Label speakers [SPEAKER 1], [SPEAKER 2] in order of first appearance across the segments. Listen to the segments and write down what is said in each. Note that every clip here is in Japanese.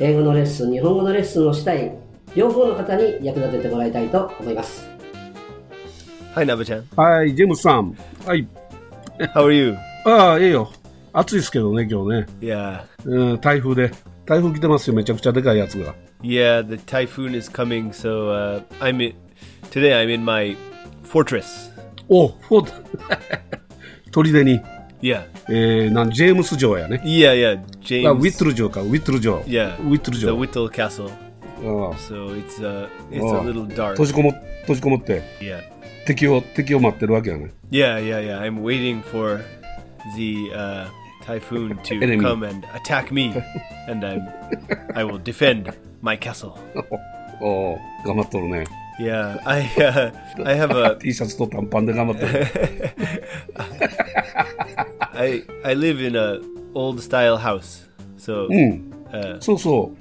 [SPEAKER 1] 英語のレッスン日本語のレッスンをしたい両方の方に役立ててもらいたいと思います
[SPEAKER 2] はい、なべちゃん。
[SPEAKER 3] はい、ジェームスさん。はい。
[SPEAKER 2] How are you?
[SPEAKER 3] ああ、ええよ。暑いですけどね、今日ね。
[SPEAKER 2] Yeah.
[SPEAKER 3] うん、台風で。台風来てますよ、めちゃくちゃでかいやつが。
[SPEAKER 2] Yeah, the typhoon is coming, so uh, I'm in, today I'm in my fortress.
[SPEAKER 3] おフォー 砦に。
[SPEAKER 2] Yeah.
[SPEAKER 3] えー、なん、ジェームス城やね。
[SPEAKER 2] Yeah, yeah. James.
[SPEAKER 3] あウィットル城か、ウィットル城。
[SPEAKER 2] Yeah.
[SPEAKER 3] ウィットル
[SPEAKER 2] The
[SPEAKER 3] 城。
[SPEAKER 2] Whittle Castle.
[SPEAKER 3] ああ
[SPEAKER 2] So it's uh it's a
[SPEAKER 3] Oh.
[SPEAKER 2] little dark.
[SPEAKER 3] 閉じこも、閉じこもって、
[SPEAKER 2] Yeah.
[SPEAKER 3] 敵を、敵を待ってるわけやね。
[SPEAKER 2] Yeah, yeah, yeah. I'm waiting for the uh, typhoon to
[SPEAKER 3] Enemy.
[SPEAKER 2] come and attack me, and I'm I will defend my castle.
[SPEAKER 3] おあ、頑張っとるね。
[SPEAKER 2] Yeah, I uh, I have a
[SPEAKER 3] T シャツと短パンで頑張っ てる。
[SPEAKER 2] I I live in a old style house, so
[SPEAKER 3] うん。そうそ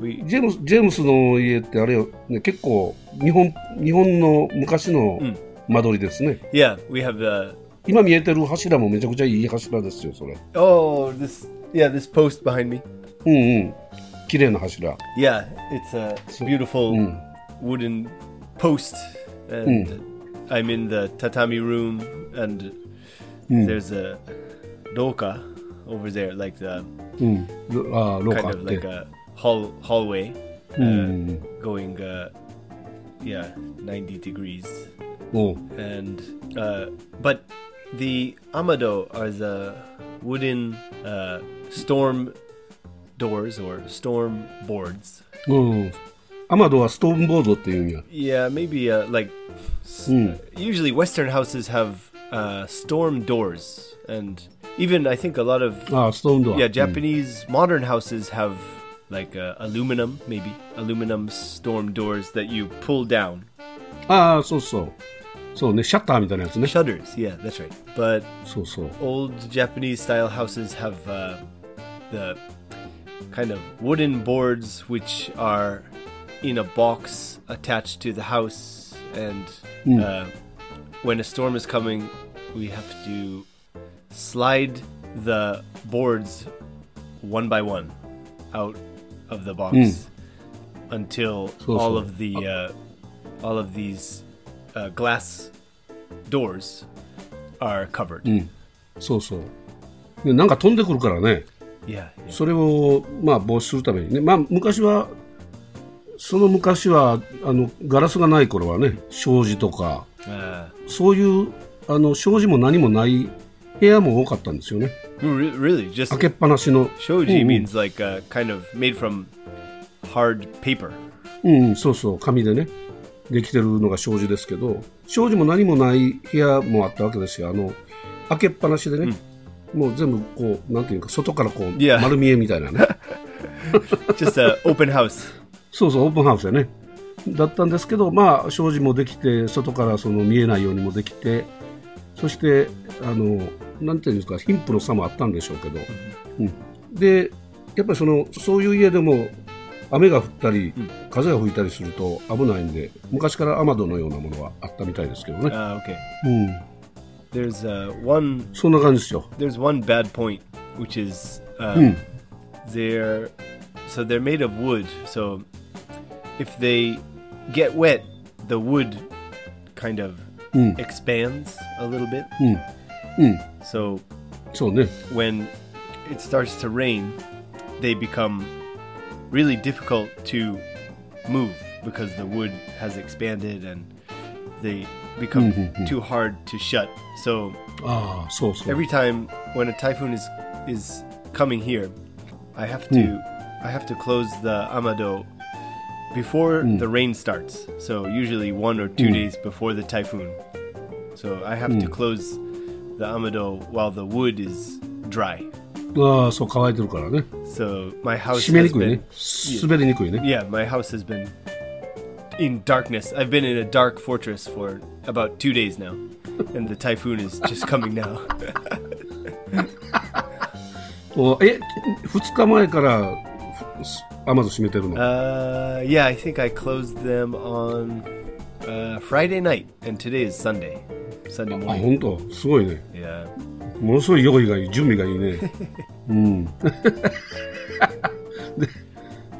[SPEAKER 3] う。
[SPEAKER 2] we
[SPEAKER 3] ジェームス、ジェームスの家ってあれよ、ね、結構、日本、日本の昔の間取りですね。
[SPEAKER 2] yeah we have uh,
[SPEAKER 3] 今見えてる柱もめちゃくちゃいい柱ですよ、それ。
[SPEAKER 2] oh this yeah this post behind me
[SPEAKER 3] うんうん。綺麗な柱。
[SPEAKER 2] yeah it's a beautiful wooden post and I'm in the tatami room and there's a doka over there like the
[SPEAKER 3] うん。ろああ、廊下
[SPEAKER 2] kind
[SPEAKER 3] あ
[SPEAKER 2] of
[SPEAKER 3] って
[SPEAKER 2] like。a hall hallway uh,
[SPEAKER 3] うん。
[SPEAKER 2] going uh, yeah 90 degrees
[SPEAKER 3] うん。
[SPEAKER 2] and uh, but the amado are the wooden uh, storm doors or storm boards
[SPEAKER 3] うん。アマドはストーンボードっていうんや。
[SPEAKER 2] yeah maybe uh, like s usually western houses have uh, storm doors and even i think a lot of
[SPEAKER 3] ああ、ストーンドア。
[SPEAKER 2] yeah japanese modern houses have like uh, aluminum maybe aluminum storm doors that you pull down
[SPEAKER 3] ああ、そうそう。そうね、シャッターみたいなやつね。
[SPEAKER 2] shutters yeah that's right but
[SPEAKER 3] そうそう。
[SPEAKER 2] old Japanese style houses have uh, the kind of wooden boards which are in a box attached to the house, and uh, when a storm is coming, we have to slide the boards one by one out of the box until
[SPEAKER 3] So,
[SPEAKER 2] all
[SPEAKER 3] so.
[SPEAKER 2] of the uh, all of these uh, glass doors are covered.
[SPEAKER 3] そうそう。でなんか飛んでくるからね。
[SPEAKER 2] Yeah, yeah.
[SPEAKER 3] それを、まあ、防止するためにね、まあ、昔は、その昔はあのガラスがない頃はね、障子とか、
[SPEAKER 2] Uh,
[SPEAKER 3] そういうあの障子も何もない部屋も多かったんですよね、
[SPEAKER 2] re- really, just
[SPEAKER 3] 開けっぱなしの、
[SPEAKER 2] shoji
[SPEAKER 3] うん
[SPEAKER 2] means like uh, kind of made from hard paper.
[SPEAKER 3] うんうん、そうそう、紙でね、できてるのが障子ですけど、障子も何もない部屋もあったわけですよ、あの開けっぱなしでね、もう全部こう、なんていうか、外からこう、
[SPEAKER 2] いや
[SPEAKER 3] 丸見えみたいなね。
[SPEAKER 2] Just a open house.
[SPEAKER 3] そうそう、オープンハウスやね。だったんですけど、まあ、障子もできて、外からその見えないようにもできて、そして、あの、なんていうんですか、貧富の差もあったんでしょうけど、うん、で、やっぱりその、そういう家でも、雨が降ったり、風が吹いたりすると危ないんで、昔から雨戸のようなものはあったみたいですけどね。
[SPEAKER 2] Uh, okay.
[SPEAKER 3] うん。
[SPEAKER 2] There's uh, one.
[SPEAKER 3] そんな感じですよ。
[SPEAKER 2] There's one bad point, which is uh, they're so they're made of wood. So if they get wet, the wood kind of expands a little bit. So
[SPEAKER 3] そうね。
[SPEAKER 2] when it starts to rain, they become really difficult to move because the wood has expanded and they become too hard to shut. So
[SPEAKER 3] ああそうそう
[SPEAKER 2] every time when a typhoon is is coming here, I have to I have to close the amado before the rain starts. So usually one or two days before the typhoon. So I have to close the amado while the wood is dry.
[SPEAKER 3] ああそう乾いてるからね
[SPEAKER 2] So my house
[SPEAKER 3] 湿りに
[SPEAKER 2] has
[SPEAKER 3] くい
[SPEAKER 2] been
[SPEAKER 3] ね滑りにくいね
[SPEAKER 2] yeah, my house has been in darkness. I've been in a dark fortress for about 2 days now. And the typhoon is just coming now.
[SPEAKER 3] おえ2日前からアマゾン閉めてるの
[SPEAKER 2] Uh, yeah, I think I closed them on uh, Friday night, and today is Sunday. Sunday
[SPEAKER 3] あ
[SPEAKER 2] morning.
[SPEAKER 3] 本当すごいね
[SPEAKER 2] Yeah.
[SPEAKER 3] ものすごい用意がいい準備がいい ねうんで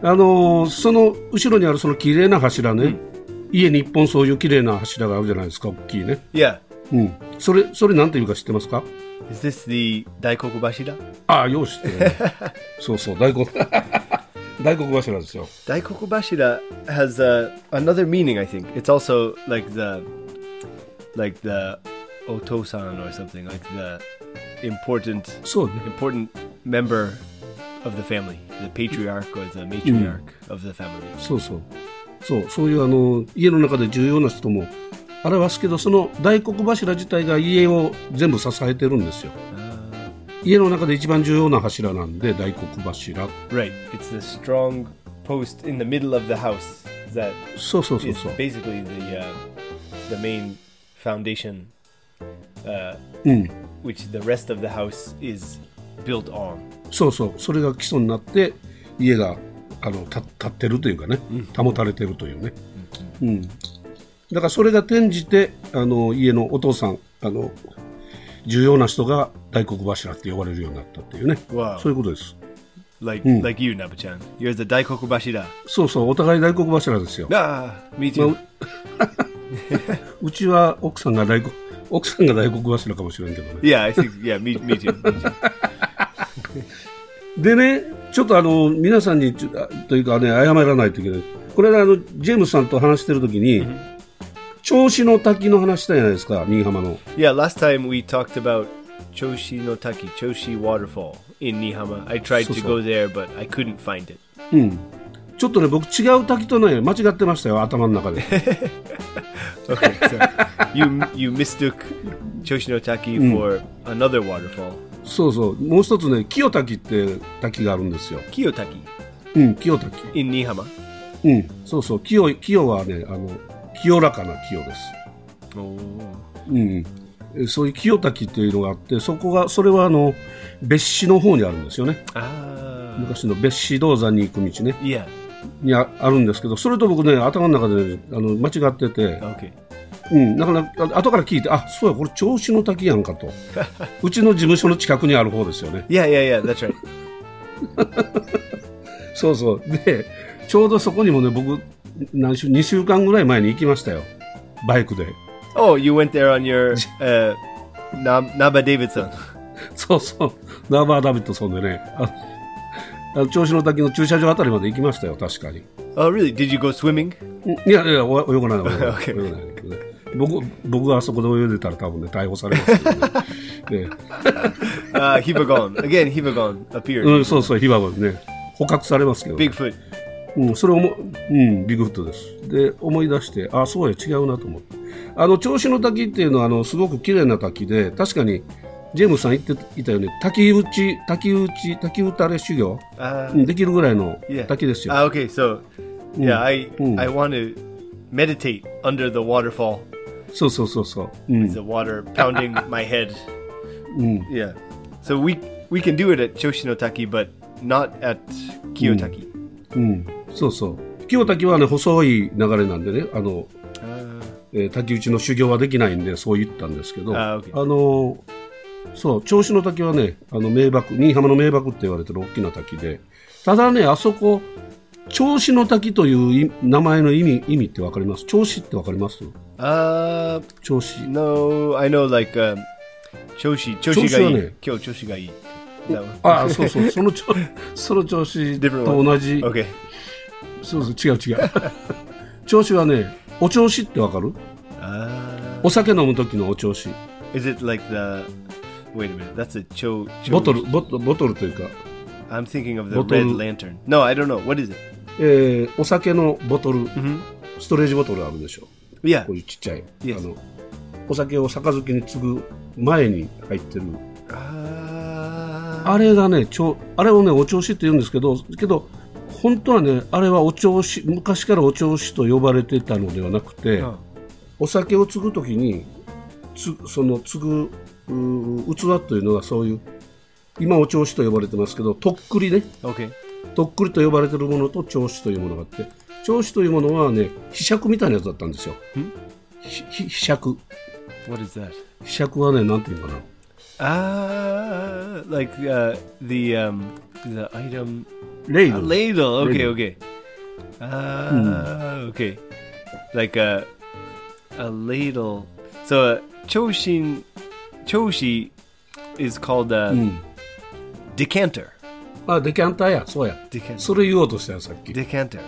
[SPEAKER 3] あのーその後ろにあるその綺麗な柱ね、家に一本そういう綺麗な柱があるじゃないですか大きいね
[SPEAKER 2] Yeah.
[SPEAKER 3] うんそれそれなんていうか知ってますか
[SPEAKER 2] Is this the Daikoku Bashira?
[SPEAKER 3] ああ用意してるね そうそう大黒 大黒柱ですよ
[SPEAKER 2] Daikoku Bashira has uh, another meaning, I think. It's also like the like the otosan or something, like the important
[SPEAKER 3] そうね
[SPEAKER 2] important member of the family, the patriarch or the matriarch of the family.
[SPEAKER 3] そうそうそうそういうあの家の中で重要な人も表すけどその大黒柱自体が家を全部支えてるんですよ家の中で一番重要な柱なんで大黒柱
[SPEAKER 2] Right. It's the strong post in the middle of the house that
[SPEAKER 3] そうそうそう
[SPEAKER 2] is
[SPEAKER 3] そう
[SPEAKER 2] basically the uh, the main foundation, uh, which the rest of the house is built on.
[SPEAKER 3] そうそうそれが基礎になって家があのた立ってるというかね、保たれてるというね、うん、だからそれが転じてあの家のお父さんあの重要な人が大黒柱って呼ばれるようになったっていうね、
[SPEAKER 2] わあ
[SPEAKER 3] そういうことです
[SPEAKER 2] Like like you, Nabu-chan. You're the Daikoku Bashira.
[SPEAKER 3] そうそうお互い大黒柱ですよ
[SPEAKER 2] Ah, me too.
[SPEAKER 3] うちは奥さんが大黒奥さんが大黒柱かもしれんけどね
[SPEAKER 2] Yeah, I think yeah, me me too. Me too.
[SPEAKER 3] でねちょっとあの皆さんにちょあというかね謝らないといけないこれ間あのジェームスさんと話してる時に、銚子の滝の話したじゃないですか新居浜の
[SPEAKER 2] Yeah, last time we talked about Choshi no Taki, Choshi waterfall in Nihama. I tried to
[SPEAKER 3] So-so.
[SPEAKER 2] go there, but I couldn't find it.
[SPEAKER 3] ちょっとね僕違う滝とね間違ってましたよ頭の中で
[SPEAKER 2] Okay, so you you mistook Choshi no Taki for another waterfall,
[SPEAKER 3] そうそうもう一つね清滝って滝があるんですよ
[SPEAKER 2] Kiyotaki
[SPEAKER 3] うん清滝
[SPEAKER 2] in Nihama.
[SPEAKER 3] うんそうそう清い清はねあの清らかな清です
[SPEAKER 2] Oh,
[SPEAKER 3] うん、えそういう清滝っていうのがあってそこがそれはあの別紙の方にあるんですよね
[SPEAKER 2] ah,
[SPEAKER 3] 昔の別紙銅山に行く道ね
[SPEAKER 2] yeah,
[SPEAKER 3] にああるんですけどそれと僕ね頭の中で、ね、あの間違ってて、
[SPEAKER 2] okay.
[SPEAKER 3] うん、なかなかあ後から聞いてあそうやこれ銚子の滝やんかとうちの事務所の近くにある方ですよね
[SPEAKER 2] Yeah, yeah, yeah, that's right.
[SPEAKER 3] そうそうでちょうどそこにもね僕何週2週間ぐらい前に行きましたよバイクで
[SPEAKER 2] Oh, you went there on your uh, Nam- Naba Davidson.
[SPEAKER 3] そうそうナーバー・ダビッドソンでねああの銚子の滝の駐車場あたりまで行きましたよ確かに
[SPEAKER 2] Oh, really? Did you go swimming?
[SPEAKER 3] いやいや、お泳がない、泳がない
[SPEAKER 2] Okay.
[SPEAKER 3] 泳がない僕、僕があそこで泳いでたら多分ね、逮捕されますけどね、ね
[SPEAKER 2] Uh, Hibagon again. Hibagon appeared.
[SPEAKER 3] うん、そうそう、火箱でね、捕獲されますけど、
[SPEAKER 2] Bigfoot.
[SPEAKER 3] うん、それをも、うん、ビッグフットです。で、思い出して、あ、そうや、違うなと思って。あの、銚子の滝っていうのは、あの、すごく綺麗な滝で、確かに、ジェームスさん言っていたように、滝打ち、滝打ち、滝打たれ修行、
[SPEAKER 2] Ah.
[SPEAKER 3] うんできるぐらいの
[SPEAKER 2] Yeah.
[SPEAKER 3] 滝ですよ。
[SPEAKER 2] Ah, okay, so yeah, I
[SPEAKER 3] Mm.
[SPEAKER 2] I want to meditate under the waterfall.
[SPEAKER 3] そうそうそうそう。うん、
[SPEAKER 2] The water pounding my head. Yeah. So we we can do it at Choshinotaki, but not at Kiyotaki.
[SPEAKER 3] うん、そうそう清滝はね細い流れなんでねあのえー滝打ちの修行はできないんでそう言ったんですけど
[SPEAKER 2] あー OK
[SPEAKER 3] のーそう銚子の滝はねあの名瀑新居浜の名瀑って言われてる大きな滝でただねあそこ銚子の滝というい名前の意味意味ってわかります銚子ってわかります
[SPEAKER 2] Uh,
[SPEAKER 3] 銚子
[SPEAKER 2] no, I know like um, Choshi. Choshi
[SPEAKER 3] Choshi
[SPEAKER 2] ga
[SPEAKER 3] wa
[SPEAKER 2] ii.
[SPEAKER 3] ne-
[SPEAKER 2] Kyo Choshi ga ii. That one.
[SPEAKER 3] ああそうそうそのちょその調子と
[SPEAKER 2] Different one.
[SPEAKER 3] 同じ
[SPEAKER 2] Okay.
[SPEAKER 3] そうそう違う違う調子はねお調子ってわかる
[SPEAKER 2] Uh,
[SPEAKER 3] お酒飲む時のお調子
[SPEAKER 2] is it like the? Wait a minute. That's a cho. cho
[SPEAKER 3] ボトルボトボトルというか、
[SPEAKER 2] I'm thinking of the
[SPEAKER 3] Bottle.
[SPEAKER 2] red lantern. No, I don't know. What is it?
[SPEAKER 3] えーお酒のボトル、ストレージボトルあるでしょ
[SPEAKER 2] Yeah.
[SPEAKER 3] こういうちっちゃい、
[SPEAKER 2] Yes.
[SPEAKER 3] あのお酒を杯に継ぐ前に入ってる
[SPEAKER 2] Ah.
[SPEAKER 3] あれがねちょあれをねお調子って言うんですけどけど本当はねあれはお調子昔からお調子と呼ばれてたのではなくて、
[SPEAKER 2] うん
[SPEAKER 3] お酒を継ぐ時につその継ぐうー器というのはそういう今お調子と呼ばれてますけどとっくりね
[SPEAKER 2] okay.
[SPEAKER 3] とっくりと呼ばれてるものと調子というものがあって調子というものはねひしゃくみたいなやつだったんですよひひひしゃく
[SPEAKER 2] What is that?
[SPEAKER 3] ひしゃくはねなんていうかな
[SPEAKER 2] Ah, like uh, the um, the item
[SPEAKER 3] レイ
[SPEAKER 2] a
[SPEAKER 3] ド
[SPEAKER 2] ladle. Okay,
[SPEAKER 3] Ladle.
[SPEAKER 2] okay. Ah, okay. Like a a ladle. So uh, choshin choshi is called a decanter.
[SPEAKER 3] あデキャンターやそうや
[SPEAKER 2] Decanter.
[SPEAKER 3] それ言おうとしたよさっき
[SPEAKER 2] Decanter.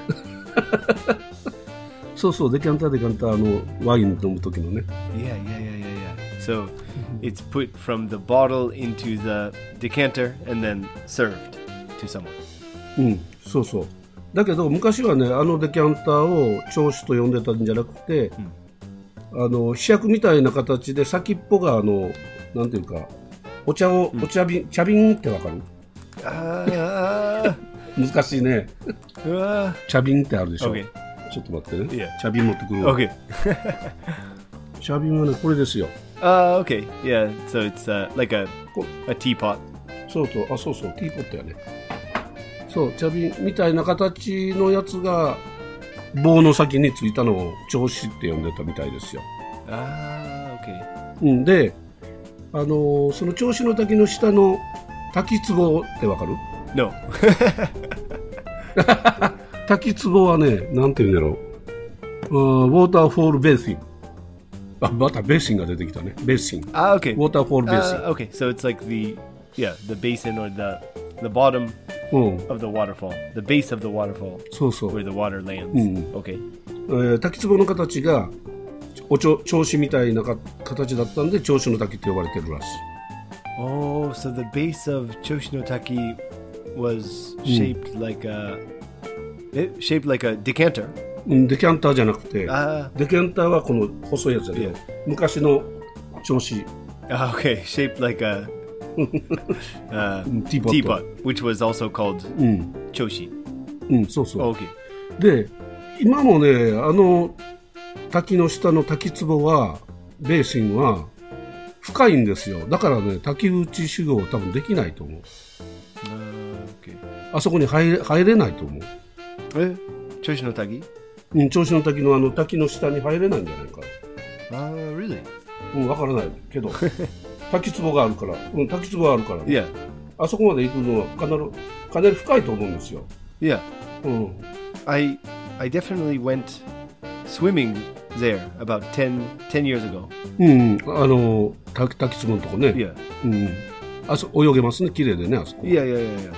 [SPEAKER 3] そうそうデキャンターデキャンターあのワイン飲む時のね
[SPEAKER 2] Yeah, yeah, yeah, yeah, yeah. So it's put from the bottle into the decanter and then served to someone.
[SPEAKER 3] うんそうそうだけど昔はねあのデキャンターを調子と呼んでたんじゃなくて、あの試薬みたいな形で先っぽがあのなんていうかお茶を、お茶瓶茶瓶ってわかる
[SPEAKER 2] Ah,
[SPEAKER 3] 難しいね
[SPEAKER 2] ah.
[SPEAKER 3] 茶瓶ってあるでしょ、
[SPEAKER 2] Okay.
[SPEAKER 3] ちょっと待ってね、
[SPEAKER 2] いや
[SPEAKER 3] 茶瓶持ってくるわ
[SPEAKER 2] okay.
[SPEAKER 3] 茶瓶はねこれですよ
[SPEAKER 2] Uh, okay. Yeah. So it's uh, like a
[SPEAKER 3] Cool.
[SPEAKER 2] a teapot.
[SPEAKER 3] そうそうあそうそうティーポットやねそう茶瓶みたいな形のやつが棒の先についたのを調子って呼んでたみたいですよ
[SPEAKER 2] Ah, okay.
[SPEAKER 3] うんで、あのーその調子の滝の下の滝壺ってわかる
[SPEAKER 2] No.
[SPEAKER 3] 滝壺はね、なんて言うんだろう。うんウォーターフォールベーシング。あ、またベーシングが出てきたね。ベーシング。
[SPEAKER 2] Ah, okay.
[SPEAKER 3] ウォーターフォールベーシン
[SPEAKER 2] Uh, okay. So it's like the yeah the basin or the the bottom
[SPEAKER 3] グ。うん。
[SPEAKER 2] of the waterfall, the base of the waterfall
[SPEAKER 3] そうそう。
[SPEAKER 2] where the water lands. Okay.
[SPEAKER 3] えー滝壺の形が、おちょ調子みたいなか形だったんで、調子の滝って呼ばれてるらしい。
[SPEAKER 2] Oh, so the base of Choshinotaki was shaped like a eh, shaped like a decanter.
[SPEAKER 3] うん、デキャンターじゃなくて、
[SPEAKER 2] あ
[SPEAKER 3] デキャンターはこの細いやつだけ
[SPEAKER 2] い
[SPEAKER 3] ど
[SPEAKER 2] や、
[SPEAKER 3] 昔の調子
[SPEAKER 2] Ah, okay, shaped like a uh,
[SPEAKER 3] teapot.
[SPEAKER 2] which was also called Choshi.
[SPEAKER 3] うん、そうそう。
[SPEAKER 2] Oh, okay.
[SPEAKER 3] で今もねあの滝の下の滝壺はベーシンは深いんですよだからね滝打ち修行は多分できないと思う
[SPEAKER 2] Uh, okay.
[SPEAKER 3] あそこに入れ入れないと思う
[SPEAKER 2] Eh, Choshinotaki?
[SPEAKER 3] うん調子の滝のあの滝の下に入れないんじゃないか
[SPEAKER 2] Ah, really?
[SPEAKER 3] うんわからないけ ど滝壺があるから、うん、滝壺があるから、ね、
[SPEAKER 2] Yeah.
[SPEAKER 3] あそこまで行くのはかなりかなり深いと思うんですよ、
[SPEAKER 2] Yeah.
[SPEAKER 3] うん、
[SPEAKER 2] I I definitely went swimming there about 10, 10 years ago.
[SPEAKER 3] うん、あの滝滝壺のとこね、
[SPEAKER 2] Yeah.
[SPEAKER 3] うん、あそ泳げますね綺麗でねあそこ
[SPEAKER 2] Yeah, yeah, yeah, yeah.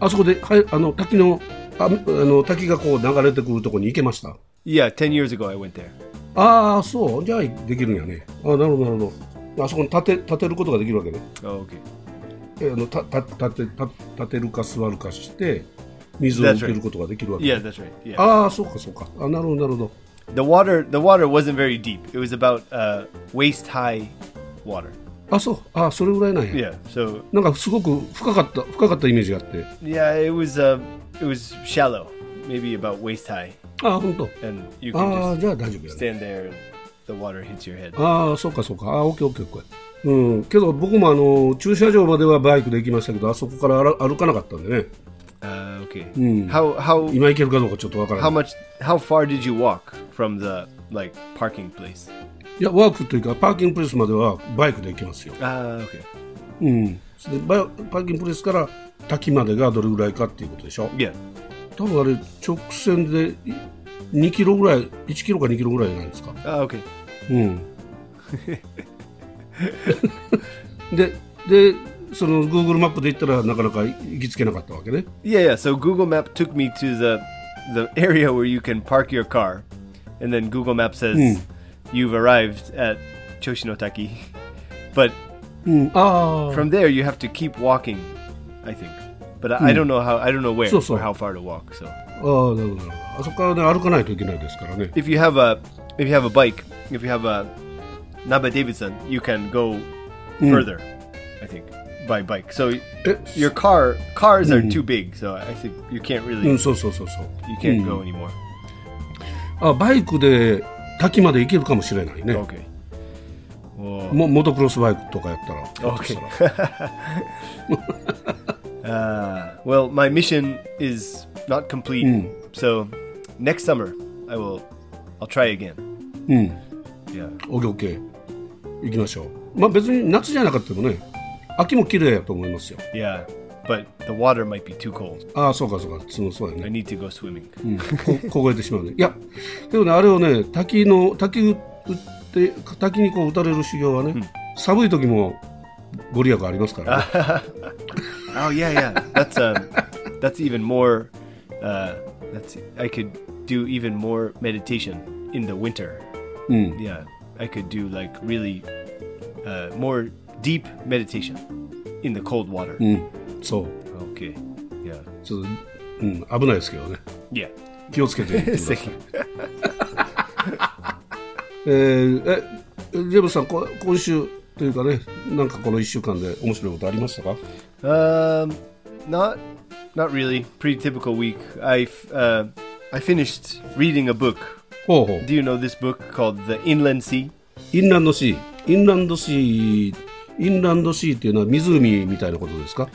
[SPEAKER 3] あそこで、はい、あの滝のああの滝がこう流れてくるとこに行けました。
[SPEAKER 2] Yeah, 10 years ago I went there.
[SPEAKER 3] ああ、そう、じゃあできるんやね。あなるほど、なるほど。あそこに立て立てることができるわけね。
[SPEAKER 2] Oh, okay.
[SPEAKER 3] えあのたた立てた立てるか座るかして、水を
[SPEAKER 2] That's right.
[SPEAKER 3] 受けることができるわけ。
[SPEAKER 2] Yeah, that's right. Yeah.
[SPEAKER 3] ああ、そうか、そうか。あなるほど、なるほど。
[SPEAKER 2] The water the water wasn't very deep. It was about uh, waist high water.
[SPEAKER 3] あそう、ああ、それぐらいなんや。
[SPEAKER 2] Yeah. So
[SPEAKER 3] なんかすごく深かった、深かったイメージがあって。
[SPEAKER 2] yeah, it was uh, it was shallow, maybe about waist high,
[SPEAKER 3] ああ、本当。
[SPEAKER 2] and you
[SPEAKER 3] あ
[SPEAKER 2] can
[SPEAKER 3] あ、
[SPEAKER 2] just
[SPEAKER 3] じゃあ大丈夫やね。
[SPEAKER 2] stand there and the water hits your head.
[SPEAKER 3] ああ、そうかそうか。ああ、オッケーオッケーオッケー。うん、けど僕もあの駐車場まではバイクで行きましたけどあそこから歩歩かなかったんでね
[SPEAKER 2] Uh, okay. How how
[SPEAKER 3] 今行けるかどうかちょっとわからな
[SPEAKER 2] how
[SPEAKER 3] い
[SPEAKER 2] much how far did you walk from the like parking place?
[SPEAKER 3] いやワークというかパーキングプレイスまではバイクで行きますよ、
[SPEAKER 2] Ah, okay.
[SPEAKER 3] うん、でバイパーキングプレイスから滝までがどれぐらいかっていうことでしょ
[SPEAKER 2] Yeah.
[SPEAKER 3] 多分あれ直線でい2キロぐらい1キロか2キロぐらいじゃないですか
[SPEAKER 2] Ah, okay.
[SPEAKER 3] うんででその Google マップで行ったらなかなか行きつけなかったわけね
[SPEAKER 2] Yeah, yeah. So Google Map took me to the the area where you can park your car, and then Google Map says
[SPEAKER 3] Hmm.
[SPEAKER 2] you've arrived at Choshinotaki, but
[SPEAKER 3] うんああ
[SPEAKER 2] from there you have to keep walking. I think, but I, I don't know how I don't know where
[SPEAKER 3] Hmm. So, so.
[SPEAKER 2] or how far to walk. So
[SPEAKER 3] ああなるほどなるほどあそこからね歩かないといけないですからね
[SPEAKER 2] if you have a if you have a bike, if you have a Naba Davidson, you can go
[SPEAKER 3] Hmm.
[SPEAKER 2] further. I think by bike. So
[SPEAKER 3] Eh.
[SPEAKER 2] your car cars
[SPEAKER 3] hmm.
[SPEAKER 2] are too big, so I think you can't
[SPEAKER 3] う
[SPEAKER 2] really
[SPEAKER 3] んそうそうそうそう
[SPEAKER 2] you can't go anymore.
[SPEAKER 3] Hmm. あバイクで滝まで行けるかもしれないね
[SPEAKER 2] Okay. Whoa.
[SPEAKER 3] もモトクロスバイクとかやったら
[SPEAKER 2] Okay.
[SPEAKER 3] やっ
[SPEAKER 2] uh, well, my mission is not complete, so next summer I will. I'll try again.
[SPEAKER 3] たらうん
[SPEAKER 2] Yeah.
[SPEAKER 3] オッケーオッケー行きましょうまあ別に夏じゃなかったもね秋も綺麗やと思いますよ
[SPEAKER 2] Yeah. But the water might be too cold.
[SPEAKER 3] ああそうかそうかそうそうや
[SPEAKER 2] I
[SPEAKER 3] ね、
[SPEAKER 2] need to go swimming.
[SPEAKER 3] うん、こ凍えてしまうねいやでもねあれをね滝の滝打って滝にこう打たれる修行はね、寒い時もご利益ありますから、ね、
[SPEAKER 2] Oh yeah, yeah. That's um, that's even more. Uh, that's I could do even more meditation in the winter.
[SPEAKER 3] Mm.
[SPEAKER 2] Yeah, I could do like really uh, more deep meditation in the cold water.
[SPEAKER 3] うんそう
[SPEAKER 2] Okay. Yeah.
[SPEAKER 3] ちょっと、うん、危ないですけどね
[SPEAKER 2] Yeah.
[SPEAKER 3] 気をつけて行ってください
[SPEAKER 2] Thank you.
[SPEAKER 3] えーえジェームスさんこ今週というかねなんかこの1週間で面白いことありましたか
[SPEAKER 2] Um, not, not really. Pretty typical week. I f- uh, I finished reading a book.
[SPEAKER 3] ほうほう
[SPEAKER 2] Do you know this book called The Inland Sea?
[SPEAKER 3] インランドシーインランドシーインランドシーっていうのは湖みたいなことですか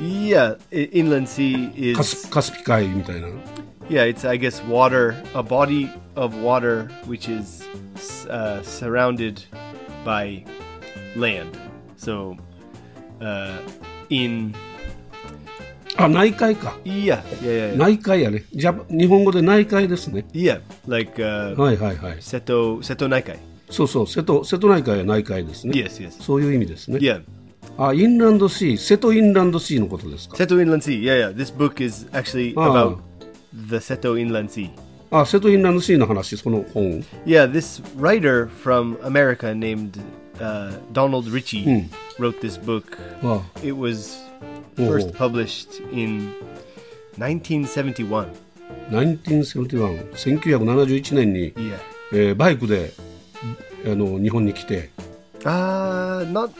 [SPEAKER 2] Yeah, I- Inland Sea
[SPEAKER 3] カス
[SPEAKER 2] is
[SPEAKER 3] カスピ海みたいな
[SPEAKER 2] yeah, it's I guess water, a body of water which is s- uh, surrounded by land. So, uh, in
[SPEAKER 3] あ内海か
[SPEAKER 2] yeah, yeah, yeah, yeah,
[SPEAKER 3] 内海やねジャパ日本語で内海ですね
[SPEAKER 2] yeah like uh,
[SPEAKER 3] はいはいはい
[SPEAKER 2] Seto Seto Naikai.
[SPEAKER 3] そうそう瀬戸瀬戸内海は内海ですね
[SPEAKER 2] Yes, yes,
[SPEAKER 3] そういう意味ですね
[SPEAKER 2] yeah.
[SPEAKER 3] あインランドシー瀬戸インランドシーのことですか
[SPEAKER 2] Seto Inland Sea. Yeah, yeah. This book is actually
[SPEAKER 3] Ah.
[SPEAKER 2] about the Seto Inland Sea.
[SPEAKER 3] あ瀬戸インランドシーの話その本
[SPEAKER 2] Yeah, this writer from America named uh, Donald Ritchie wrote this book.
[SPEAKER 3] Wow.
[SPEAKER 2] It was
[SPEAKER 3] Oh.
[SPEAKER 2] first published in 1971.
[SPEAKER 3] 1971年に、
[SPEAKER 2] Yeah.
[SPEAKER 3] えーバイクであの日本に来て
[SPEAKER 2] Uh, not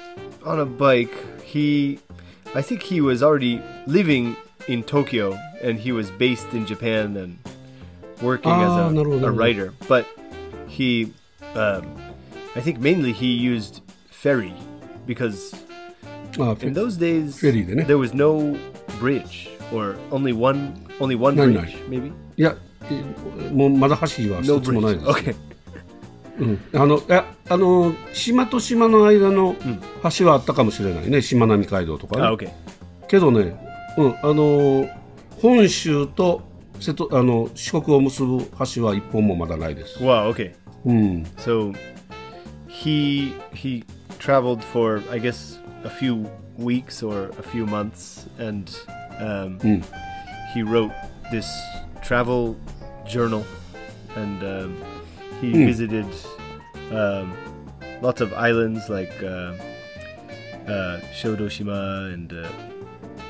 [SPEAKER 2] on a bike. He, I think he was already living in Tokyo and he was based in Japan and working
[SPEAKER 3] Ah,
[SPEAKER 2] as a,
[SPEAKER 3] なるほど、
[SPEAKER 2] a
[SPEAKER 3] なるほど。
[SPEAKER 2] writer. But he, um, I think mainly he used ferry because
[SPEAKER 3] あ
[SPEAKER 2] in those days
[SPEAKER 3] Ferry でね。
[SPEAKER 2] there was no bridge or only one only one
[SPEAKER 3] ない
[SPEAKER 2] bridge
[SPEAKER 3] ない。
[SPEAKER 2] maybe
[SPEAKER 3] いや、えもうまだ橋は
[SPEAKER 2] no
[SPEAKER 3] 一つ
[SPEAKER 2] bridge
[SPEAKER 3] もないです、
[SPEAKER 2] okay
[SPEAKER 3] うん、あのいやあの島と島の間の橋はあったかもしれないね、しまなみ海道とかね、
[SPEAKER 2] ah, okay
[SPEAKER 3] けどね、うん、あの本州と瀬戸あの四国を結ぶ橋は一本もまだないです、
[SPEAKER 2] wow okay
[SPEAKER 3] うん、
[SPEAKER 2] So he he traveled for I guess a few weeks or a few months, and um, he wrote this travel journal, and um, he visited um, lots of islands like uh, uh, Shodoshima and uh,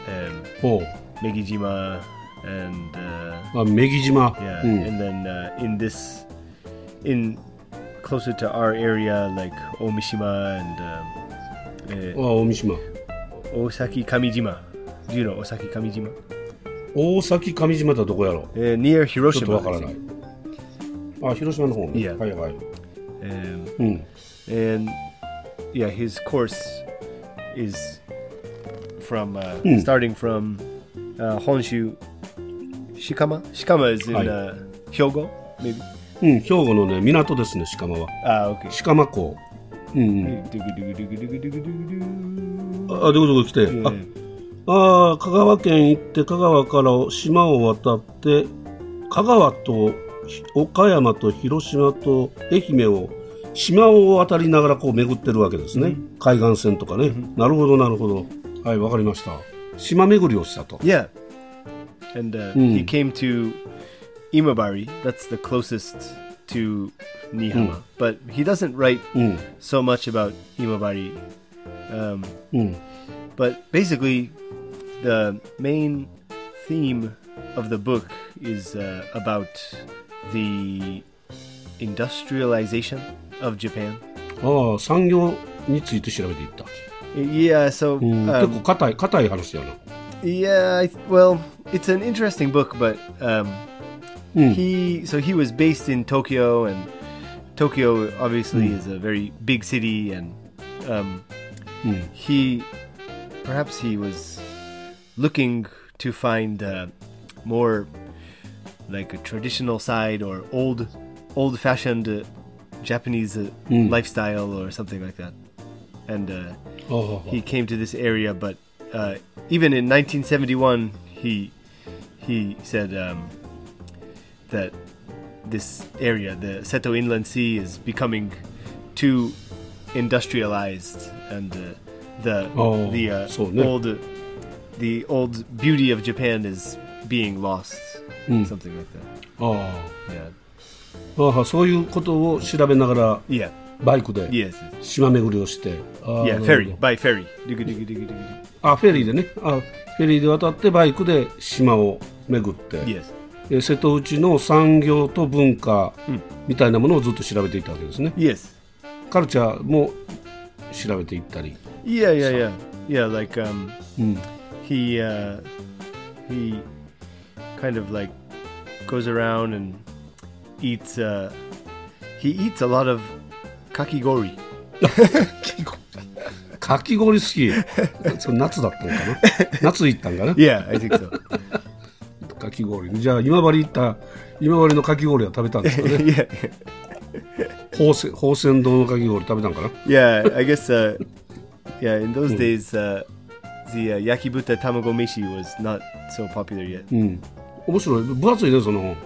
[SPEAKER 2] um,
[SPEAKER 3] ほ
[SPEAKER 2] Megijima and. Uh,
[SPEAKER 3] うあ女木島、
[SPEAKER 2] yeah,
[SPEAKER 3] うん
[SPEAKER 2] and then uh, in this, in closer to our area, like Omishima and um,
[SPEAKER 3] あ大三島
[SPEAKER 2] uh, Osaki Kamijima. Do you know Osaki Kamijima?
[SPEAKER 3] 大崎上島ってどこやろ
[SPEAKER 2] Uh, near
[SPEAKER 3] ちょっ
[SPEAKER 2] Hiroshima.
[SPEAKER 3] とわから
[SPEAKER 2] I
[SPEAKER 3] ない
[SPEAKER 2] think.
[SPEAKER 3] あ広島の方ね
[SPEAKER 2] いや
[SPEAKER 3] はいはい
[SPEAKER 2] Um,
[SPEAKER 3] うん、
[SPEAKER 2] and yeah, his course is from uh, starting from uh, Honshu, Shikama. Shikama is in
[SPEAKER 3] Hi.
[SPEAKER 2] uh, Hyogo, maybe.
[SPEAKER 3] うん、兵庫のね港ですね鹿間は
[SPEAKER 2] Ah, okay.
[SPEAKER 3] 鹿間港うん、うん、あどこどこ来て、あ
[SPEAKER 2] Yeah.
[SPEAKER 3] ああ、香川県行って、香川から島を渡って、香川とひ岡山と広島と愛媛を、島を渡りながらこう巡ってるわけですね。海岸線とかね。なるほど、なるほど。はい、わかりました。島巡りをしたと。
[SPEAKER 2] Yeah. And uh, he came to Imabari. That's the closest to Nihama. But he doesn't write so much about Imabari. Um, But basically, the main theme of the book is uh, about the industrialization of Japan.
[SPEAKER 3] ああ、産業について調べていった。
[SPEAKER 2] Yeah, so
[SPEAKER 3] うん
[SPEAKER 2] um,
[SPEAKER 3] 結構硬い、硬い話やな。
[SPEAKER 2] Yeah, I th- well, it's an interesting book, but um, he so he was based in Tokyo, and Tokyo obviously is a very big city, and um, he perhaps he was looking to find uh, more like a traditional side or old old-fashioned uh, Japanese uh, lifestyle or something like that, and. Uh,
[SPEAKER 3] ああああ
[SPEAKER 2] he came to this area, but uh, even in 1971, he he said um, that this area, the Seto Inland Sea, is becoming too industrialized, and uh, the
[SPEAKER 3] Oh,
[SPEAKER 2] the uh,
[SPEAKER 3] so, yeah.
[SPEAKER 2] old the old beauty of Japan is being lost,
[SPEAKER 3] Hmm.
[SPEAKER 2] something like that.
[SPEAKER 3] あ
[SPEAKER 2] Yeah,
[SPEAKER 3] あああそういうことを調べながら
[SPEAKER 2] yeah,
[SPEAKER 3] バイクで
[SPEAKER 2] yes, yes.
[SPEAKER 3] 島巡りをして、ああ
[SPEAKER 2] yeah.
[SPEAKER 3] なる
[SPEAKER 2] Ferry
[SPEAKER 3] ほど
[SPEAKER 2] by ferry. Digga, digga, digga, digga,
[SPEAKER 3] あフェリーでねあフェリーで渡ってバイクで島を巡って、
[SPEAKER 2] digga. Yes,
[SPEAKER 3] え瀬戸内の産業と文化みたいなものをずっと調べていったわけですね、
[SPEAKER 2] yes.
[SPEAKER 3] カルチャーも調べていったり
[SPEAKER 2] Yeah, yeah, yeah, yeah. Like um, he uh, he kind of like goes around and eats. Uh, he eats a lot of kakigori.
[SPEAKER 3] かき 氷好きそれ夏だったのかな夏行ったんかな
[SPEAKER 2] Yeah, I think so.
[SPEAKER 3] かき氷じゃあ今治行った今治のかき氷は食べたんで すかね
[SPEAKER 2] yeah,
[SPEAKER 3] 宝泉宝泉堂のかき氷食べたんかな
[SPEAKER 2] yeah. I guess. Uh, yeah, in those days, uh, the uh, yakibuta tamago meshi was not so popular yet.
[SPEAKER 3] 面白い分厚いねその本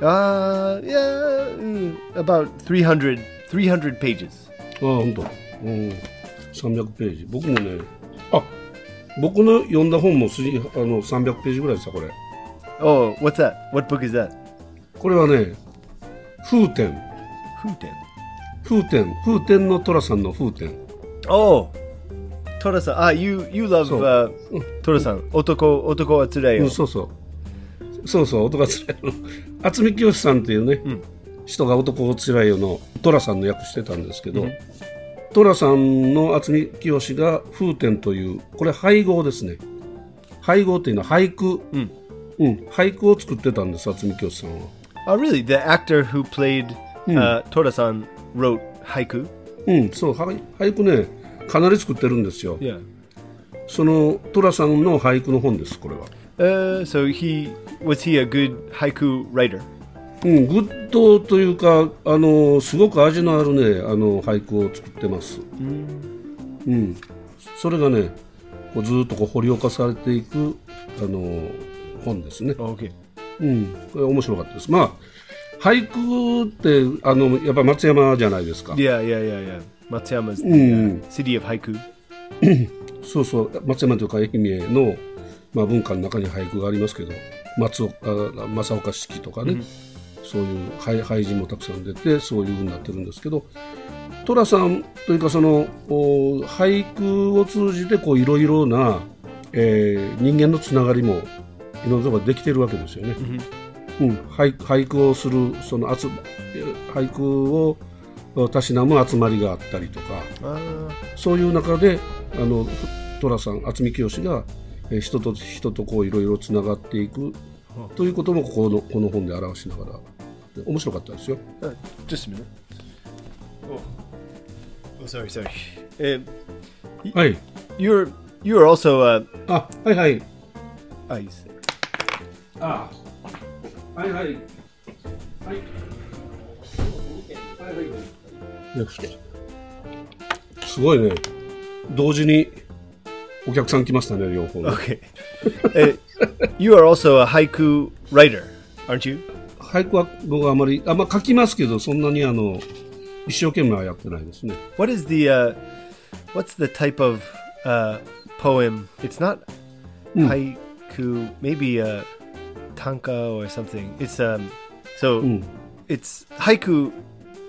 [SPEAKER 2] Uh, yeah, mm, about 300, 300 pages.
[SPEAKER 3] ああ本当。うん300ページ僕もねあ僕の読んだ本もすじあの300ページぐらいでしたこれ
[SPEAKER 2] Oh, what's that? What book is that?
[SPEAKER 3] これはね風天
[SPEAKER 2] Futen.
[SPEAKER 3] 風天風天の寅さんの風天
[SPEAKER 2] Oh, Tora-san. Ah, you you love
[SPEAKER 3] So-
[SPEAKER 2] uh, Tora-san. Otoko Otoko wa tsurai
[SPEAKER 3] う
[SPEAKER 2] yo.
[SPEAKER 3] ん、そうそうそうそう男がつらい よ渥美清さんっていうね、人が男をつらいよの寅さんの役してたんですけど寅、さんの渥美清が風天というこれ配合ですね配合っていうのは俳句、うん俳句を作ってたんです渥美清さんは
[SPEAKER 2] Oh, really? The actor who played uh, Tora-san wrote haiku.
[SPEAKER 3] うんそう俳俳句ねかなり作ってるんですよ
[SPEAKER 2] Yeah.
[SPEAKER 3] その寅さんの俳句の本ですこれは
[SPEAKER 2] Uh, so he was he a good haiku writer?
[SPEAKER 3] うん、グッドというか、あのすごく味のあるね、あの俳句を作ってます。うん、それがね、こうずーっとこう掘り起こされていく、あの本ですね。
[SPEAKER 2] Oh, okay.
[SPEAKER 3] うん、これ面白かったです。まあ、俳句って、あの、やっぱ松山じゃないですか。
[SPEAKER 2] Yeah, yeah, yeah, yeah. Matsuyama's the uh, city of haiku.
[SPEAKER 3] そうそう、松山というか愛媛の、まあ、文化の中に俳句がありますけど、松岡、あ正岡式とかね、そういう俳俳人もたくさん出て、そういうふうになってるんですけど、寅さんというか、その、お俳句を通じて、こう、いろいろな、えー人間のつながりも、いろんなところができてるわけですよね。うん、俳俳句をする、その、あつ俳句を、たしなむ集まりがあったりとか、そういう中であの寅さん渥美清がえー人と人とこういろいろつながっていくということもここのこの本で表しながらで面白かったですよ。
[SPEAKER 2] Uh, just a minute. Oh, oh sorry, sorry. Uh,
[SPEAKER 3] はい。
[SPEAKER 2] you're you're also uh,
[SPEAKER 3] あはいはい。
[SPEAKER 2] ah, you said-
[SPEAKER 3] あはいはい。はい。すごいね。同時にお客さん来ましたね両方ね。
[SPEAKER 2] Okay. Uh, you are also a haiku writer, aren't you?
[SPEAKER 3] 俳句は僕はあまりあまあ書きますけどそんなにあの一生懸命はやってないですね。
[SPEAKER 2] What is the uh, what's the type of uh, poem. It's not haiku, maybe uh, a tanka or something. It's um, so it's haiku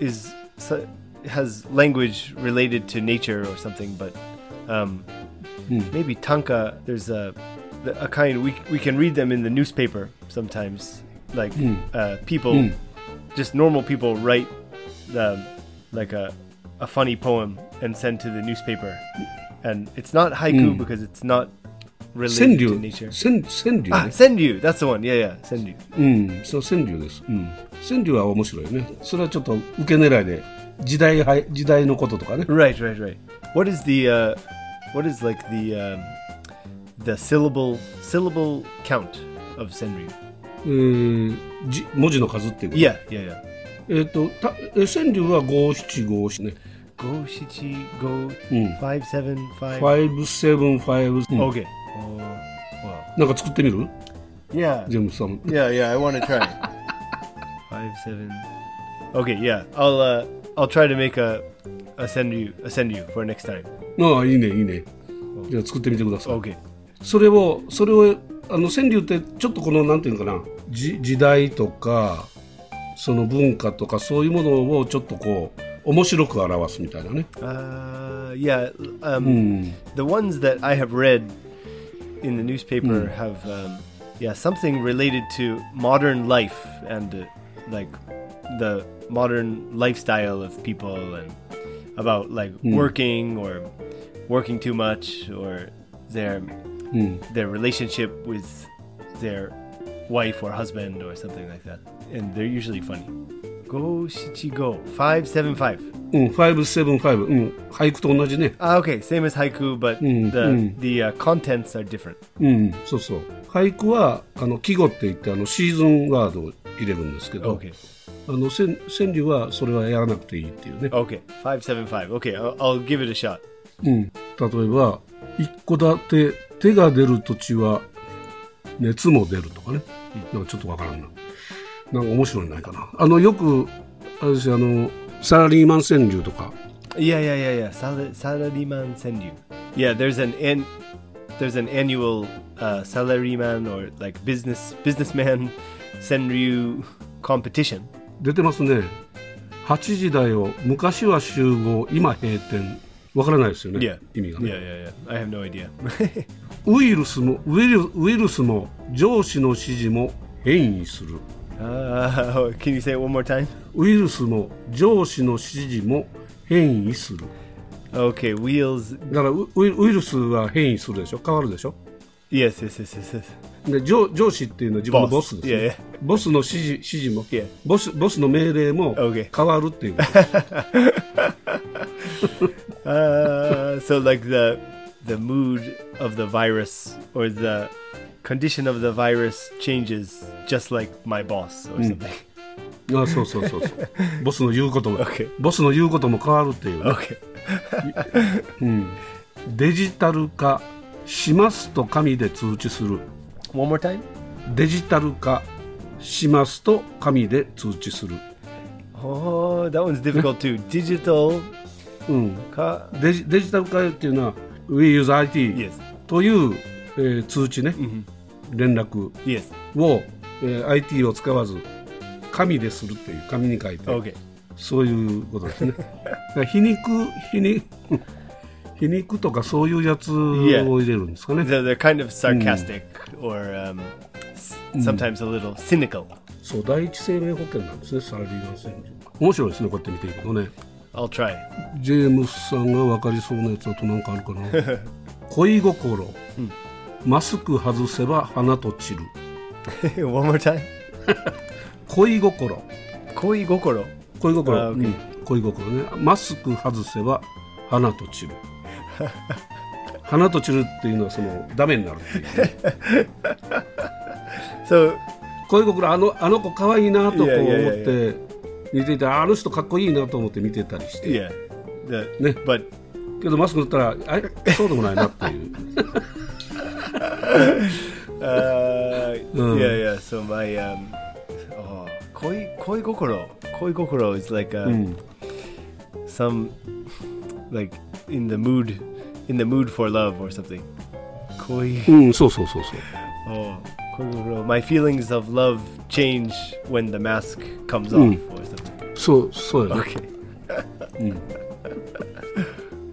[SPEAKER 2] is so- has language related to nature or something, but um, maybe tanka. There's a the- a kind we we can read them in the newspaper sometimes. Like uh, people, just normal people write the like a a funny poem and send to the newspaper. And it's not haiku because it's not
[SPEAKER 3] 川
[SPEAKER 2] related to
[SPEAKER 3] 柳
[SPEAKER 2] nature.
[SPEAKER 3] 川川柳
[SPEAKER 2] Ah,
[SPEAKER 3] ね
[SPEAKER 2] send you. That's the one. Yeah, yeah, send you.
[SPEAKER 3] うん、そう川柳です、うん、川柳は面白いねそれはちょっと受け狙いで時代はい時代のこととかね
[SPEAKER 2] Right, right, right. What is the uh, what is like the um, the syllable syllable count of senryu?
[SPEAKER 3] えーじ文字の数っていうこと
[SPEAKER 2] Yeah, yeah, yeah.
[SPEAKER 3] えっ、とたえ川柳は五七五七ね
[SPEAKER 2] Go shichi go
[SPEAKER 3] Mm.
[SPEAKER 2] five seven Hmm. five.
[SPEAKER 3] 5セブン5、うん
[SPEAKER 2] Okay. Oh, wow.
[SPEAKER 3] なんか作ってみる
[SPEAKER 2] Yeah.
[SPEAKER 3] ジェームスさん
[SPEAKER 4] Yeah, yeah, I want to try.
[SPEAKER 2] Five seven. Okay, yeah. I'll uh, I'll try to make a a senryu a senryu for next time.
[SPEAKER 3] ああいいねいいねじゃあ作ってみてください
[SPEAKER 2] Okay.
[SPEAKER 3] それをそれをあの川柳ってちょっとこのなんていうのかなじ時代とかその文化とかそういうものをちょっとこう面白く表すみたいなね
[SPEAKER 2] Uh, yeah. Um, The ones that I have read in the newspaper have, um, yeah, something related to modern life and uh, like the modern lifestyle of people and about like working or working too much or their their relationship with their wife or husband or something like that. And they're usually funny. Go shichigo five seven five.
[SPEAKER 3] うん575、うん、俳句と同じね
[SPEAKER 2] Ah, okay, same as haiku, but the the uh, contents are different.
[SPEAKER 3] うんそうそう俳句はあの季語って言ってあのシーズンワードを入れるんですけど、
[SPEAKER 2] Okay,
[SPEAKER 3] あの川川柳はそれはやらなくていいっていうね
[SPEAKER 2] okay, five seven five. Okay, I'll, I'll give it a shot.
[SPEAKER 3] うん、例えば一戸建て手が出る土地は熱も出るとかね、なんかちょっとわからんななんか面白いのないかなあのよくあれですよあのサラリーマン川柳とか
[SPEAKER 2] Yeah, yeah, yeah, yeah. Sal- salaryman senryu. Yeah, there's an an there's an annual uh, salaryman or like business businessman senryu competition.
[SPEAKER 3] 出てますね8時だよ昔は集合今閉店わからないですよね、
[SPEAKER 2] Yeah,
[SPEAKER 3] 意味が
[SPEAKER 2] yeah,
[SPEAKER 3] ね
[SPEAKER 2] yeah, yeah. I have no idea.
[SPEAKER 3] ウイルスもウイルウイルスも上司の指示も変異する
[SPEAKER 2] uh, can you say it one more time?
[SPEAKER 3] ウイルスも上司の指示も変異する
[SPEAKER 2] Okay, wheels.
[SPEAKER 3] だからウウイウイルスは変異するでしょ変わるでしょ
[SPEAKER 2] Yes, yes, yes, yes, yes.
[SPEAKER 3] で上上司っていうのは自分のボスです、
[SPEAKER 2] ボスい
[SPEAKER 3] ね
[SPEAKER 2] やいや
[SPEAKER 3] ボスの指示指示も、
[SPEAKER 2] いや
[SPEAKER 3] ボスボスの命令も
[SPEAKER 2] OK
[SPEAKER 3] 変わるっ ていうこと
[SPEAKER 2] Uh, so like the the mood of the virus or the condition of the virus changes just like my boss or something.
[SPEAKER 3] あそうそうそうそうボスの言うことも、
[SPEAKER 2] OK
[SPEAKER 3] ボスの言うことも変わるっていうね、
[SPEAKER 2] Okay.
[SPEAKER 3] デジタル化しますと紙で通知する
[SPEAKER 2] One more time.
[SPEAKER 3] デジタル化しますと紙で通知する、
[SPEAKER 2] Oh, that one's difficult too. Digital Hmm.
[SPEAKER 3] うん、
[SPEAKER 2] ka
[SPEAKER 3] デジデジタル化っていうのは We use IT
[SPEAKER 2] yes.
[SPEAKER 3] という、えー通知ね、連絡
[SPEAKER 2] Yes.
[SPEAKER 3] を、えー IT を使わず紙でするっていう紙に書いて、
[SPEAKER 2] Okay.
[SPEAKER 3] そういうこと ですねだから皮肉皮肉 皮肉とかそういうやつを入れるんですかね、
[SPEAKER 2] So they're kind of sarcastic or um, s- sometimes a little cynical.
[SPEAKER 3] そう第一生命保険なんですねサラリーマン専面白いですねこうやって見ていくとね
[SPEAKER 2] I'll try.
[SPEAKER 3] ジェームスさんが分かりそうなやつだと何かあるか な恋心、マスク外せば花と散る
[SPEAKER 2] One more time.
[SPEAKER 3] 恋心
[SPEAKER 2] Koi gokoro.
[SPEAKER 3] 恋心、
[SPEAKER 2] あー OK
[SPEAKER 3] うん恋心ねマスク外せば花と散る 花と散るっていうのはそのダメになるっていう
[SPEAKER 2] So
[SPEAKER 3] 恋心あのあの子可愛いなとこう
[SPEAKER 2] いやいやい
[SPEAKER 3] 思
[SPEAKER 2] や
[SPEAKER 3] っ
[SPEAKER 2] いや
[SPEAKER 3] て見ていてあの人かっこいいなと思って見てたりして
[SPEAKER 2] yeah, the,
[SPEAKER 3] Ne.
[SPEAKER 2] but
[SPEAKER 3] けどマスクだったらあれそうでもないなって いう
[SPEAKER 2] Uh, yeah, yeah. So my um, oh, koi koi gokoro, koi gokoro is like um, some like in the mood in the mood for love or something. Koi.
[SPEAKER 3] うん、そうそうそうそう。
[SPEAKER 2] Oh, koigoro. My feelings of love change when the mask comes
[SPEAKER 3] Mm.
[SPEAKER 2] off or something.
[SPEAKER 3] そう、そうやね。
[SPEAKER 2] Okay.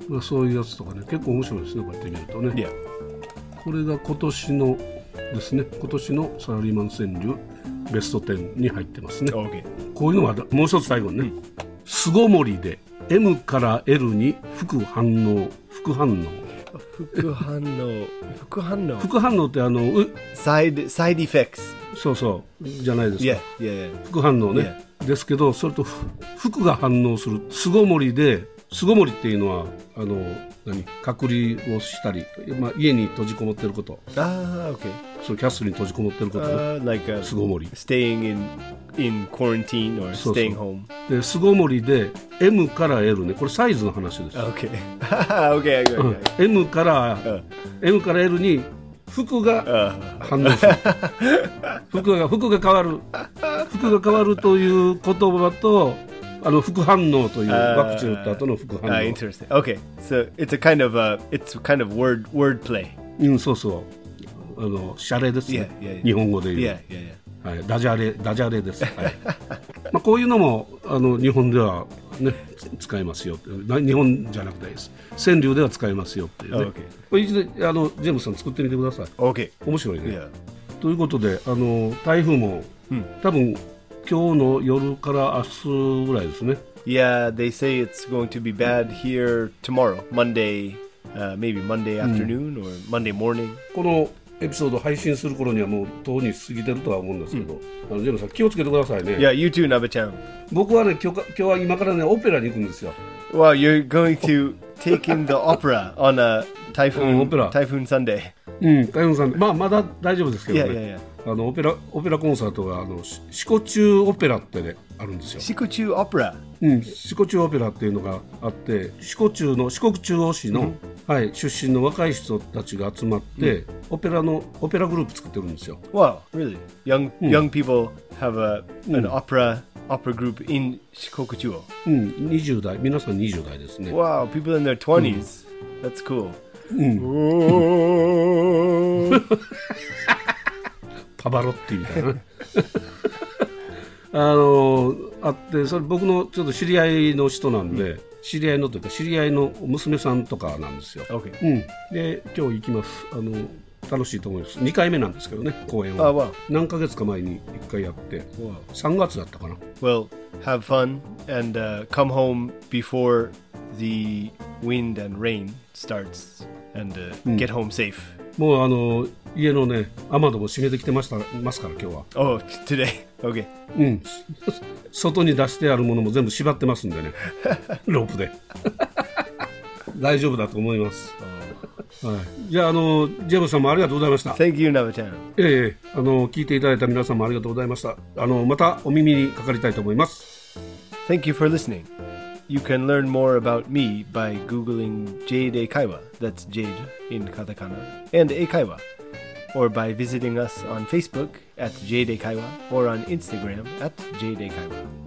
[SPEAKER 3] まあそういうやつとかね、結構面白いですね、こうやって見るとね。
[SPEAKER 2] Yeah.
[SPEAKER 3] これが今年のですね、今年のサラリーマン川柳ベスト10に入ってますね。
[SPEAKER 2] Oh, Okay.
[SPEAKER 3] こういうのはもう一つ最後にね、巣ごもりで M から L に副反応、副反応。
[SPEAKER 2] Fukuhano. Fukuhano.
[SPEAKER 3] 副反応ってあの、う
[SPEAKER 2] Side side effects.
[SPEAKER 3] そうそう、じゃないですか。
[SPEAKER 2] Yeah, yeah, yeah.
[SPEAKER 3] 副反応ね、ですけどそれとふ服が反応する巣ごもりで巣ごもりっていうのはあの何隔離をしたり、まあ、家に閉じこもってること
[SPEAKER 2] Ah, okay.
[SPEAKER 3] そうキャッスルに閉じこもってること、ね
[SPEAKER 2] Uh, like uh,
[SPEAKER 3] 巣ごもり
[SPEAKER 2] staying in in quarantine or
[SPEAKER 3] So,
[SPEAKER 2] staying
[SPEAKER 3] so.
[SPEAKER 2] home.
[SPEAKER 3] で巣ごもりで M から L ねこれサイズの話です、
[SPEAKER 2] Okay. okay, okay,
[SPEAKER 3] うん
[SPEAKER 2] okay.
[SPEAKER 3] M から、M から L に服が
[SPEAKER 2] Uh,
[SPEAKER 3] 反応する服が服が変わる服が変わるという言葉とあの副反応というワクチン打った後の副反
[SPEAKER 2] ah,
[SPEAKER 3] 応
[SPEAKER 2] interesting. Okay, so it's a kind of uh, it's a kind of word wordplay.
[SPEAKER 3] うん、そうそう。あの、シャレですね。
[SPEAKER 2] いやいやいや
[SPEAKER 3] 日本語で
[SPEAKER 2] Yeah,
[SPEAKER 3] 言う、
[SPEAKER 2] yeah, yeah.
[SPEAKER 3] はい。ダジャレ、ダジャレです。はい、まあ、こういうのも、あの、日本では、ね、つ使えますよって。な日本じゃなくていいです。川柳では使えますよっていうね。
[SPEAKER 2] Okay.
[SPEAKER 3] これ一度、あの、ジェームスさん作ってみてください。
[SPEAKER 2] Okay.
[SPEAKER 3] 面白いね。
[SPEAKER 2] Yeah.
[SPEAKER 3] ということで、あの、台風も、多分、今日の夜から明日ぐらいですね。
[SPEAKER 2] Yeah, they say it's going to be bad here tomorrow, Monday, uh, maybe Monday afternoon or Monday morning.
[SPEAKER 3] このエピソード配信する頃にはもうとうに過ぎてるとは思うんですけど、あのジェームスさん気をつけてくださいね。
[SPEAKER 2] Yeah, you too, Nabe-chan.
[SPEAKER 3] 僕はね今日か今日は今からねオペラに行くんですよ
[SPEAKER 2] Wow, you're going to take in the opera on a typhoon
[SPEAKER 3] Mm, opera.
[SPEAKER 2] typhoon Sunday.
[SPEAKER 3] うん太陽さんまあまだ大丈夫ですけどね
[SPEAKER 2] いやいやいや
[SPEAKER 3] あのオペラオペラコンサートがあのし四股中オペラってねあるんですよ、
[SPEAKER 2] Shikuchu opera.
[SPEAKER 3] うん、四股中オペラっていうのがあって四股中の四国中央市の、はい、出身の若い人たちが集まって、オペラのオペラグループ作ってるんですよ
[SPEAKER 2] Wow, really? Young young people have a an opera opera group in Shikokuchuo.
[SPEAKER 3] うん20代皆さん20代ですね
[SPEAKER 2] Wow, people in their 20s. That's cool.
[SPEAKER 3] パバロッティみたいなね あのあってそれ僕のちょっと知り合いの人なんで、知り合いのというか知り合いの娘さんとかなんですよ、
[SPEAKER 2] Okay.
[SPEAKER 3] うん、で今日行きますあの楽しいと思います2回目なんですけどね公演
[SPEAKER 2] あわ
[SPEAKER 3] は
[SPEAKER 2] あ
[SPEAKER 3] 何ヶ月か前に1回やって
[SPEAKER 2] わあ
[SPEAKER 3] 3月だったかな
[SPEAKER 2] Well, have fun and uh, come home before the wind and rain starts and uh, get home safe.
[SPEAKER 3] もうあの家のね雨戸も閉めてきてましたますから今日は
[SPEAKER 2] Oh, t- today. Okay.
[SPEAKER 3] うん 外に出してあるものも全部縛ってますんで ねロープで 大丈夫だと思います、はい、じゃああのジェームスさんもありがとうございました
[SPEAKER 2] Thank you, Navatan.
[SPEAKER 3] ええあの聞いていただいた皆さんもありがとうございましたあのまたお耳にかかりたいと思います
[SPEAKER 2] Thank you for listening. You can learn more about me by googling Jade Eikaiwa, that's Jade in katakana, and Eikaiwa, or by visiting us on Facebook at Jade Eikaiwa or on Instagram at Jade Eikaiwa.